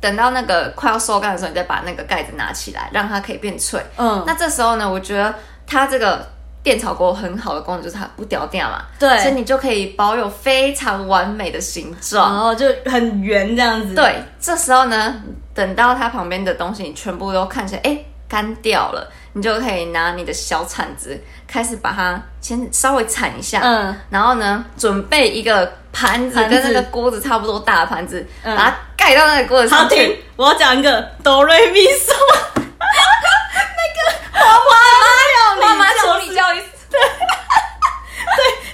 [SPEAKER 2] 等到那个快要收干的时候，你再把那个盖子拿起来，让它可以变脆。
[SPEAKER 1] 嗯，
[SPEAKER 2] 那这时候呢，我觉得它这个电炒锅很好的功能就是它不掉掉嘛，
[SPEAKER 1] 对
[SPEAKER 2] 所以你就可以保有非常完美的形状。
[SPEAKER 1] 然后就很圆这样子，，
[SPEAKER 2] 对，这时候呢，等到它旁边的东西你全部都看起来，哎，干掉了，你就可以拿你的小铲子开始把它先稍微铲一下，
[SPEAKER 1] 嗯，
[SPEAKER 2] 然后呢，准备一个盘子
[SPEAKER 1] 盘
[SPEAKER 2] 跟
[SPEAKER 1] 子
[SPEAKER 2] 那个锅子差不多大的盘子，
[SPEAKER 1] 嗯
[SPEAKER 2] 把它盖到那个锅子
[SPEAKER 1] 好
[SPEAKER 2] 上
[SPEAKER 1] 听
[SPEAKER 2] 去。，
[SPEAKER 1] 我要讲一个哆瑞咪 嗦，
[SPEAKER 2] 哇妈
[SPEAKER 1] 妈
[SPEAKER 2] 妈
[SPEAKER 1] 妈
[SPEAKER 2] 手
[SPEAKER 1] 手
[SPEAKER 2] 里
[SPEAKER 1] 里
[SPEAKER 2] 教一次，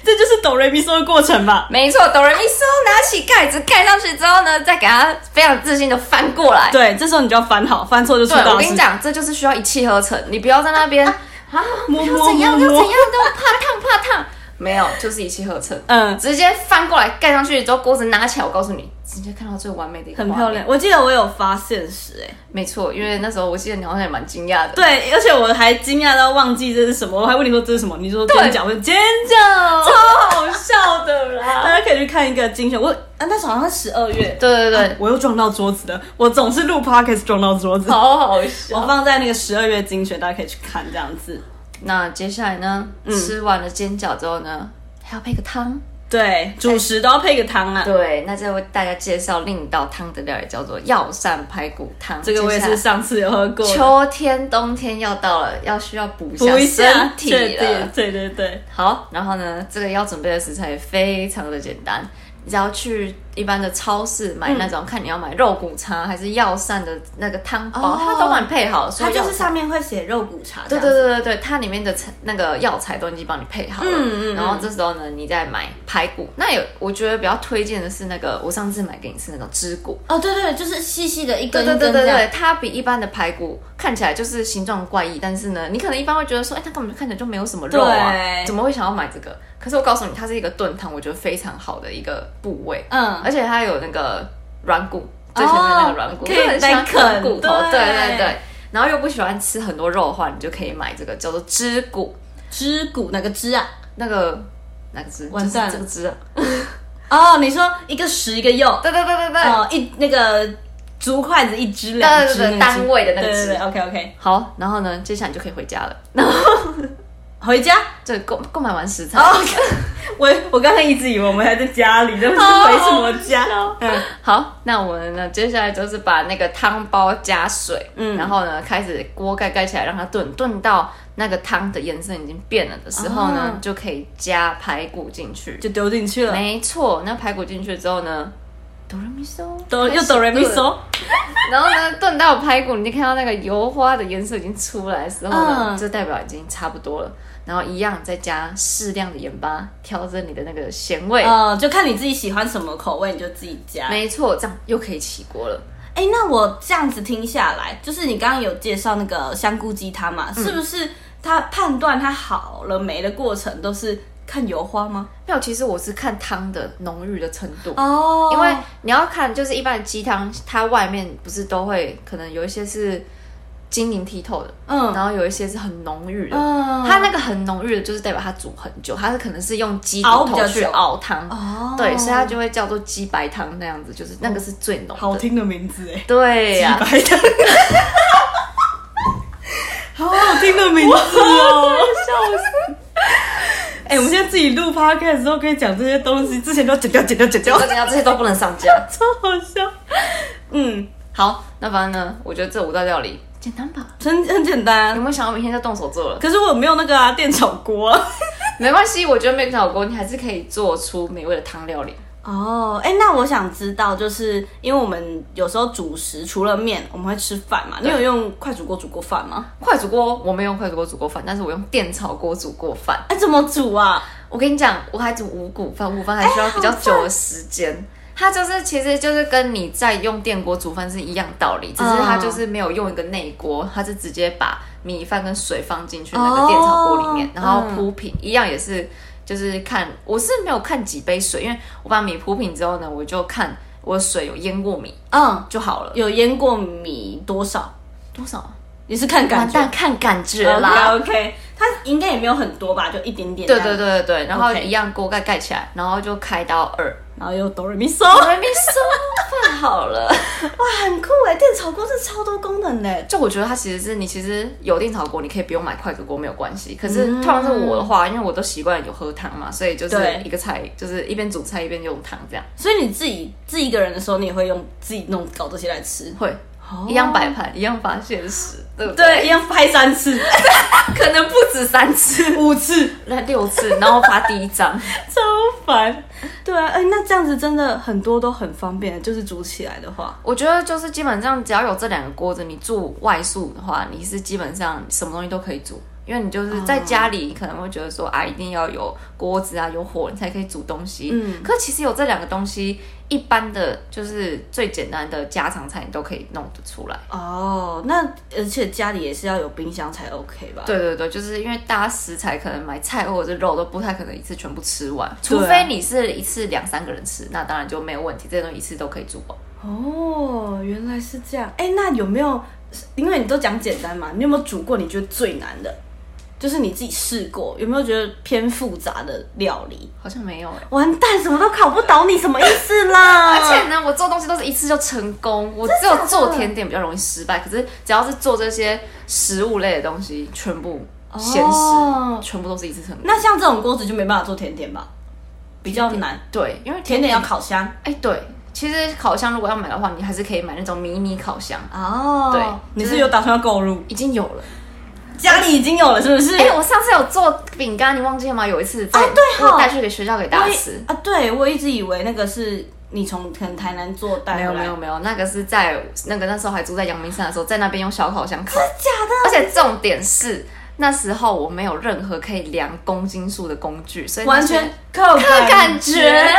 [SPEAKER 1] 这就是哆瑞咪嗦的过程吧？
[SPEAKER 2] 没错，哆来咪嗦，拿起盖子盖上去之后呢，再给它非常自信的翻过来。
[SPEAKER 1] 对，这时候你就要翻好，翻错就出
[SPEAKER 2] 对，我
[SPEAKER 1] 大
[SPEAKER 2] 跟你
[SPEAKER 1] 事。
[SPEAKER 2] 讲，这就是需要一气呵成，你不要在那边 啊，
[SPEAKER 1] 摸
[SPEAKER 2] 要
[SPEAKER 1] 摸
[SPEAKER 2] 怎样
[SPEAKER 1] 摸
[SPEAKER 2] 要怎样，
[SPEAKER 1] 摸，
[SPEAKER 2] 都怕烫怕烫。没有，就是一气呵成，
[SPEAKER 1] 嗯，
[SPEAKER 2] 直接翻过来盖上去之后，锅子拿起来，我告诉你，直接看到最完美的一个
[SPEAKER 1] 很
[SPEAKER 2] 画
[SPEAKER 1] 漂
[SPEAKER 2] 面
[SPEAKER 1] 亮。。我记得我有发现时，哎，
[SPEAKER 2] 没错，因为那时候我记得你好像也蛮惊讶的。
[SPEAKER 1] 对，而且我还惊讶到忘记这是什么，我还问你说这是什么，你说
[SPEAKER 2] 对
[SPEAKER 1] 尖角，我就尖角，
[SPEAKER 2] 叫，
[SPEAKER 1] 超好笑的
[SPEAKER 2] 啦
[SPEAKER 1] 大家可以去看一个精选，我啊那时候好像十二月，
[SPEAKER 2] 对对 对，
[SPEAKER 1] 我又撞到桌子的，我总是录 podcast 撞到桌子。
[SPEAKER 2] 好好
[SPEAKER 1] 我
[SPEAKER 2] 笑。
[SPEAKER 1] 放在那个十二月精选，大家可以去看这样子。
[SPEAKER 2] 那接下来呢？吃完了煎饺之后呢，还要配个汤。
[SPEAKER 1] 对，主食都要配个汤啊。
[SPEAKER 2] 对，那再为大家介绍另一道汤的料理，叫做药膳排骨汤。
[SPEAKER 1] 这个我也
[SPEAKER 2] 接
[SPEAKER 1] 是
[SPEAKER 2] 下
[SPEAKER 1] 上次有喝过
[SPEAKER 2] 来。
[SPEAKER 1] 的，
[SPEAKER 2] 秋天、冬天要到了，要需要补
[SPEAKER 1] 补一下
[SPEAKER 2] 身，体
[SPEAKER 1] 确定
[SPEAKER 2] 了。，
[SPEAKER 1] 对对对，
[SPEAKER 2] 好，然后呢，这个要准备的食材也非常的简单，你只要去一般的超市买那种，看你要买肉骨茶还是药膳的那个汤包，
[SPEAKER 1] 哦
[SPEAKER 2] 它都帮你配好，所
[SPEAKER 1] 它
[SPEAKER 2] 以
[SPEAKER 1] 就
[SPEAKER 2] 药
[SPEAKER 1] 是上面会写肉骨茶这
[SPEAKER 2] 对
[SPEAKER 1] 样
[SPEAKER 2] 对
[SPEAKER 1] 子，
[SPEAKER 2] 对对对，它里面的材那个药材都已经帮你配好了，
[SPEAKER 1] 嗯嗯嗯
[SPEAKER 2] 然后这时候呢，你再买排骨。那有，我觉得比较推荐的是那个，我上次买给你吃那种支骨，
[SPEAKER 1] 哦对对，就是细细的一
[SPEAKER 2] 对
[SPEAKER 1] 根一
[SPEAKER 2] 对
[SPEAKER 1] 根
[SPEAKER 2] 对对
[SPEAKER 1] 这样。
[SPEAKER 2] 对，它比一般的排骨看起来就是形状怪异，但是呢，你可能一般会觉得说，哎，它根本看起来就没有什么肉啊，
[SPEAKER 1] 对
[SPEAKER 2] 怎么会想要买这个？可是我告诉你，它是一个炖汤，我觉得非常好的一个部位，
[SPEAKER 1] 嗯，
[SPEAKER 2] 而且它有那个软骨，最前面那个软骨，
[SPEAKER 1] 哦
[SPEAKER 2] 就很喜欢
[SPEAKER 1] 可以来啃
[SPEAKER 2] 骨头，对
[SPEAKER 1] 对
[SPEAKER 2] 对对。然后又不喜欢吃很多肉的话，你就可以买这个叫做支骨，
[SPEAKER 1] 枝骨哪个枝啊？
[SPEAKER 2] 那个那个支，
[SPEAKER 1] 完蛋了
[SPEAKER 2] 就是这个支啊，
[SPEAKER 1] 哦，你说一个十一个右，
[SPEAKER 2] 对对对对对。
[SPEAKER 1] 哦一那个竹筷子一只
[SPEAKER 2] 对
[SPEAKER 1] 两只
[SPEAKER 2] 对对
[SPEAKER 1] 那个
[SPEAKER 2] 单
[SPEAKER 1] 枝
[SPEAKER 2] 位的那个
[SPEAKER 1] 对对对
[SPEAKER 2] 枝
[SPEAKER 1] ，OK OK，
[SPEAKER 2] 好，然后呢，接下来你就可以回家了。那
[SPEAKER 1] 回家。
[SPEAKER 2] 这购购买完食材，
[SPEAKER 1] OK，我我刚才一直以为我们还在家里，这不是回什么家？嗯
[SPEAKER 2] 好，那我们呢，接下来就是把那个汤包加水，嗯，
[SPEAKER 1] 嗯
[SPEAKER 2] 然后呢，开始锅盖盖起来，让它炖，炖到那个汤的颜色已经变了的时候呢，
[SPEAKER 1] 哦
[SPEAKER 2] 就可以加排骨进去。
[SPEAKER 1] 就丢进去了。
[SPEAKER 2] 没错，那排骨进去之后呢，哆来咪嗦，
[SPEAKER 1] 哆
[SPEAKER 2] 开
[SPEAKER 1] 又
[SPEAKER 2] 始
[SPEAKER 1] 哆来咪
[SPEAKER 2] 炖。
[SPEAKER 1] 嗦，
[SPEAKER 2] 然后呢，炖到排骨，你就看到那个油花的颜色已经出来的时候呢，
[SPEAKER 1] 嗯
[SPEAKER 2] 这代表已经差不多了。然后一样再加适量的盐巴，调整你的那个咸味。
[SPEAKER 1] 呃，就看你自己喜欢什么口味，你就自己加。哎、
[SPEAKER 2] 没错，这样又可以起锅了。
[SPEAKER 1] 那我这样子听下来，就是你刚刚有介绍那个香菇鸡汤嘛，是不是它判断它好了没的过程都是看油花吗？
[SPEAKER 2] 没有，其实我是看汤的浓郁的程度，
[SPEAKER 1] 哦
[SPEAKER 2] 因为你要看就是一般的鸡汤，它外面不是都会可能有一些是晶莹剔透的，
[SPEAKER 1] 嗯
[SPEAKER 2] 然后有一些是很浓郁的。
[SPEAKER 1] 嗯，
[SPEAKER 2] 它那个很浓郁的，就是代表它煮很久，它是可能是用鸡骨
[SPEAKER 1] 熬比
[SPEAKER 2] 头
[SPEAKER 1] 较
[SPEAKER 2] 去
[SPEAKER 1] 久
[SPEAKER 2] 熬汤，
[SPEAKER 1] 哦
[SPEAKER 2] 对，所以它就会叫做鸡白汤那样子，就是那个是最浓的。
[SPEAKER 1] 好听的名字哎、
[SPEAKER 2] 对啊呀、
[SPEAKER 1] 白的， 好好听的名字哦！笑死！哎、我们现在自己录 podcast 之后可以讲这些东西，之前都剪掉、剪掉、剪掉
[SPEAKER 2] 我，跟你讲，这些都不能上架。
[SPEAKER 1] 超好笑。嗯，
[SPEAKER 2] 好，那反正呢，我觉得这五道料理简单吧？
[SPEAKER 1] 很很简
[SPEAKER 2] 有
[SPEAKER 1] 单，
[SPEAKER 2] 没有想要明天就动手做了？
[SPEAKER 1] 可是我没有那个啊电炒锅啊、
[SPEAKER 2] 没关系，我觉得面条锅你还是可以做出美味的汤料理。
[SPEAKER 1] 哦，哎，那我想知道，就是因为我们有时候主食除了面，我们会吃饭嘛？你有用快煮锅煮过饭吗？
[SPEAKER 2] 快煮锅我没用快煮锅煮过饭，但是我用电炒锅煮过饭。
[SPEAKER 1] 哎，怎么煮啊？
[SPEAKER 2] 我跟你讲，我还煮五谷饭，五谷饭还需要比较久的时间。它就是其实就是跟你在用电锅煮饭是一样道理，只是
[SPEAKER 1] 嗯
[SPEAKER 2] 它就是没有用一个内锅，它是直接把米饭跟水放进去那个电炒锅里面
[SPEAKER 1] 哦，
[SPEAKER 2] 然后铺平，一样也是就是看我是没有看几杯水，因为我把米铺平之后呢，我就看我水有淹过米
[SPEAKER 1] 嗯，
[SPEAKER 2] 就好了，
[SPEAKER 1] 有腌过米多少？
[SPEAKER 2] 多少啊？
[SPEAKER 1] 你是看感
[SPEAKER 2] 完
[SPEAKER 1] 觉
[SPEAKER 2] 蛋，看感觉啦。
[SPEAKER 1] OK OK，它应该也没有很多吧，就一点点。
[SPEAKER 2] 对对，对对对，然后
[SPEAKER 1] OK
[SPEAKER 2] 一样锅盖盖起来，然后就开到二，
[SPEAKER 1] 然后又哆来咪嗦，
[SPEAKER 2] 我还没说饭好了。
[SPEAKER 1] 哇，很酷哎！电炒锅是超多功能的。
[SPEAKER 2] 就我觉得它其实是你其实有电炒锅，你可以不用买快煮锅没有关系。可是
[SPEAKER 1] 嗯
[SPEAKER 2] 通常是我的话，因为我都习惯有喝汤嘛，所以就是
[SPEAKER 1] 对
[SPEAKER 2] 一个菜就是一边煮菜一边用汤这样，
[SPEAKER 1] 所以你自己自己一个人的时候，你也会用自己弄搞这些来吃，哦
[SPEAKER 2] 会一样摆盘，一样发现实，对不对？
[SPEAKER 1] 对，一样拍三 次、
[SPEAKER 2] 可能不止三次，
[SPEAKER 1] 五次，
[SPEAKER 2] 那六次，然后发第一张。
[SPEAKER 1] 超烦。对啊，哎、那这样子真的很多都很方便，就是煮起来的话，
[SPEAKER 2] 我觉得就是基本上只要有这两个锅子，你住外宿的话，你是基本上什么东西都可以煮，因为你就是在家里可能会觉得说啊，一定要有锅子啊，有火你才可以煮东西。
[SPEAKER 1] 嗯
[SPEAKER 2] 可其实有这两个东西，一般的就是最简单的家常菜你都可以弄得出来。
[SPEAKER 1] 哦，那而且家里也是要有冰箱才 OK 吧？
[SPEAKER 2] 对对对，就是因为大家食材可能买菜或者是肉都不太可能一次全部吃完，
[SPEAKER 1] 对啊
[SPEAKER 2] 除非你是一次两三个人吃，那当然就没有问题，这些东西一次都可以煮完。
[SPEAKER 1] 哦，原来是这样。哎、那有没有？因为你都讲简单嘛，你有没有煮过你觉得最难的？就是你自己试过，有没有觉得偏复杂的料理？
[SPEAKER 2] 好像没有哎、
[SPEAKER 1] 完蛋，什么都考不倒你，什么意思啦？
[SPEAKER 2] 而且呢，我做东西都是一次就成功，我只有做甜点比较容易失败。可是只要是做这些食物类的东西，全部咸食，
[SPEAKER 1] 哦
[SPEAKER 2] 全部都是一次成功。
[SPEAKER 1] 那像这种锅子就没办法做甜点吧？比较难，
[SPEAKER 2] 对，因为
[SPEAKER 1] 甜点
[SPEAKER 2] 甜点
[SPEAKER 1] 要
[SPEAKER 2] 要
[SPEAKER 1] 烤箱
[SPEAKER 2] 哎、对，其实烤箱如果要买的话，你还是可以买那种迷你烤箱，
[SPEAKER 1] 哦
[SPEAKER 2] 对
[SPEAKER 1] 你
[SPEAKER 2] 就是
[SPEAKER 1] 是有打算要购入？
[SPEAKER 2] 已经有了。
[SPEAKER 1] 家里已经有了，是不是？
[SPEAKER 2] 哎、我上次有做饼干，你忘记了吗？有一次在，
[SPEAKER 1] 啊对哦
[SPEAKER 2] 我带去给学校给大
[SPEAKER 1] 我
[SPEAKER 2] 家
[SPEAKER 1] 一
[SPEAKER 2] 吃。
[SPEAKER 1] 啊，对我一直以为那个是你从可能台南做带
[SPEAKER 2] 没有
[SPEAKER 1] 回来
[SPEAKER 2] 没有没有，那个是在那个那时候还住在阳明山的时候，在那边用小烤箱烤。
[SPEAKER 1] 假的，
[SPEAKER 2] 而且重点是那时候我没有任何可以量公斤数的工具，所以那
[SPEAKER 1] 完
[SPEAKER 2] 些
[SPEAKER 1] 全靠
[SPEAKER 2] 看感觉
[SPEAKER 1] 觉。，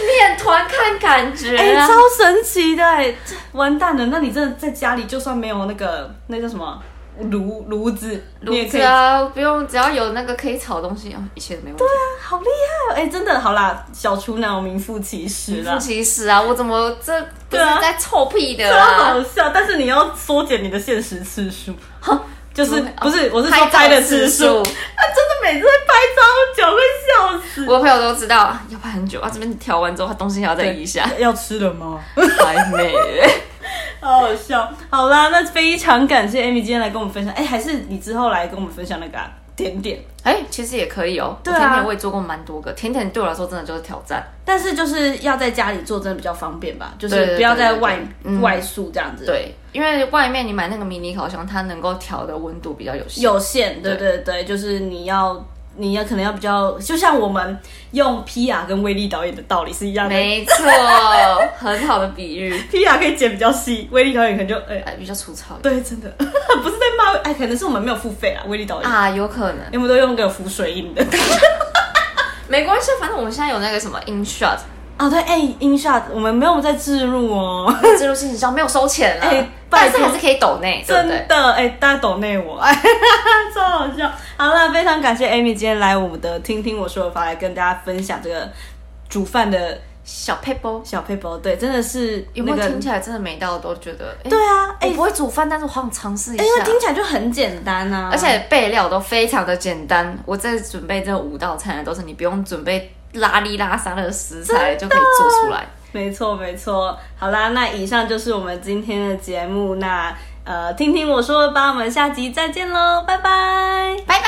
[SPEAKER 2] 面团看感觉
[SPEAKER 1] 哎、
[SPEAKER 2] 啊。
[SPEAKER 1] 超神奇的、哎，这完蛋了！那你真的在家里，就算没有那个那叫什么炉炉子，你也
[SPEAKER 2] 卤
[SPEAKER 1] 可
[SPEAKER 2] 子
[SPEAKER 1] 以，
[SPEAKER 2] 啊，不用，只要有那个可以炒东西，哦，一切都没问题。
[SPEAKER 1] 好厉害、哦！哎、真的好啦，小厨娘名副其实啦
[SPEAKER 2] 不。其实啊，我怎么这不
[SPEAKER 1] 对
[SPEAKER 2] 是
[SPEAKER 1] 啊
[SPEAKER 2] 在臭屁的
[SPEAKER 1] 超
[SPEAKER 2] 啦？
[SPEAKER 1] 好笑，但是你要缩减你的限时次数，就是
[SPEAKER 2] 怎么哦
[SPEAKER 1] 不是我是说
[SPEAKER 2] 拍
[SPEAKER 1] 拍
[SPEAKER 2] 照
[SPEAKER 1] 的
[SPEAKER 2] 次
[SPEAKER 1] 次数，他真的每次会拍超久，会笑死。
[SPEAKER 2] 我的朋友都知道啊要拍很久啊。这边调完之后，他东西还要再移一下，
[SPEAKER 1] 要吃了吗？
[SPEAKER 2] 还没。
[SPEAKER 1] 好好笑。好啦，那非常感谢 Amy 今天来跟我们分享。哎、还是你之后来跟我们分享那个、啊、甜点，
[SPEAKER 2] 哎、其实也可以哦。
[SPEAKER 1] 对
[SPEAKER 2] 对
[SPEAKER 1] 啊
[SPEAKER 2] 甜点我也做过蛮多个，甜点对我来说真的就是挑战。
[SPEAKER 1] 但是就是要在家里做，真的比较方便吧，就
[SPEAKER 2] 对
[SPEAKER 1] 是
[SPEAKER 2] 对
[SPEAKER 1] 不要在
[SPEAKER 2] 对对
[SPEAKER 1] 外
[SPEAKER 2] 嗯
[SPEAKER 1] 外宿这样子。。
[SPEAKER 2] 对，因为外面你买那个迷你烤箱，它能够调的温度比较有限。
[SPEAKER 1] 有限，对对对，就是你要。你要可能要比较，就像我们用皮亚跟威力导演的道理是一样的。
[SPEAKER 2] 没错，很好的 比喻，
[SPEAKER 1] 皮亚可以剪比较细，威力导演可能就哎、
[SPEAKER 2] 哎，比较粗糙一点
[SPEAKER 1] 对，真的 不是在骂，哎，可能是我们没有付费啦。威力导演，
[SPEAKER 2] 啊，有可能
[SPEAKER 1] 你们都用那个浮水印的。
[SPEAKER 2] 没关系，啊反正我们现在有那个什么 InShot
[SPEAKER 1] 哦，对，哎、音效我们没有在置入哦，
[SPEAKER 2] 植入性行销，没有收钱了，
[SPEAKER 1] 哎拜
[SPEAKER 2] 但
[SPEAKER 1] 托
[SPEAKER 2] 是还是可以抖内，对
[SPEAKER 1] 真
[SPEAKER 2] 不对？
[SPEAKER 1] 的，哎、大家懂内我，哎， 超好笑。好了，非常感谢 Amy 今天来我们的听听我说的法来跟大家分享这个煮饭的
[SPEAKER 2] 小 paper
[SPEAKER 1] 小配包，对，真的是
[SPEAKER 2] 有没
[SPEAKER 1] 那
[SPEAKER 2] 有
[SPEAKER 1] 个，
[SPEAKER 2] 听起来真的没到都觉得？哎
[SPEAKER 1] 对啊，哎、
[SPEAKER 2] 我不会煮饭，但是我好想尝试一下
[SPEAKER 1] 因。为听起来就很简单啊，
[SPEAKER 2] 而且备料都非常的简单，我在准备这五道菜都是你不用准备拉里拉撒的食材就可以做出来。
[SPEAKER 1] 没错，没错。好啦，那以上就是我们今天的节目。那呃，听听我说的吧，我们下集再见喽，拜拜。
[SPEAKER 2] 拜拜。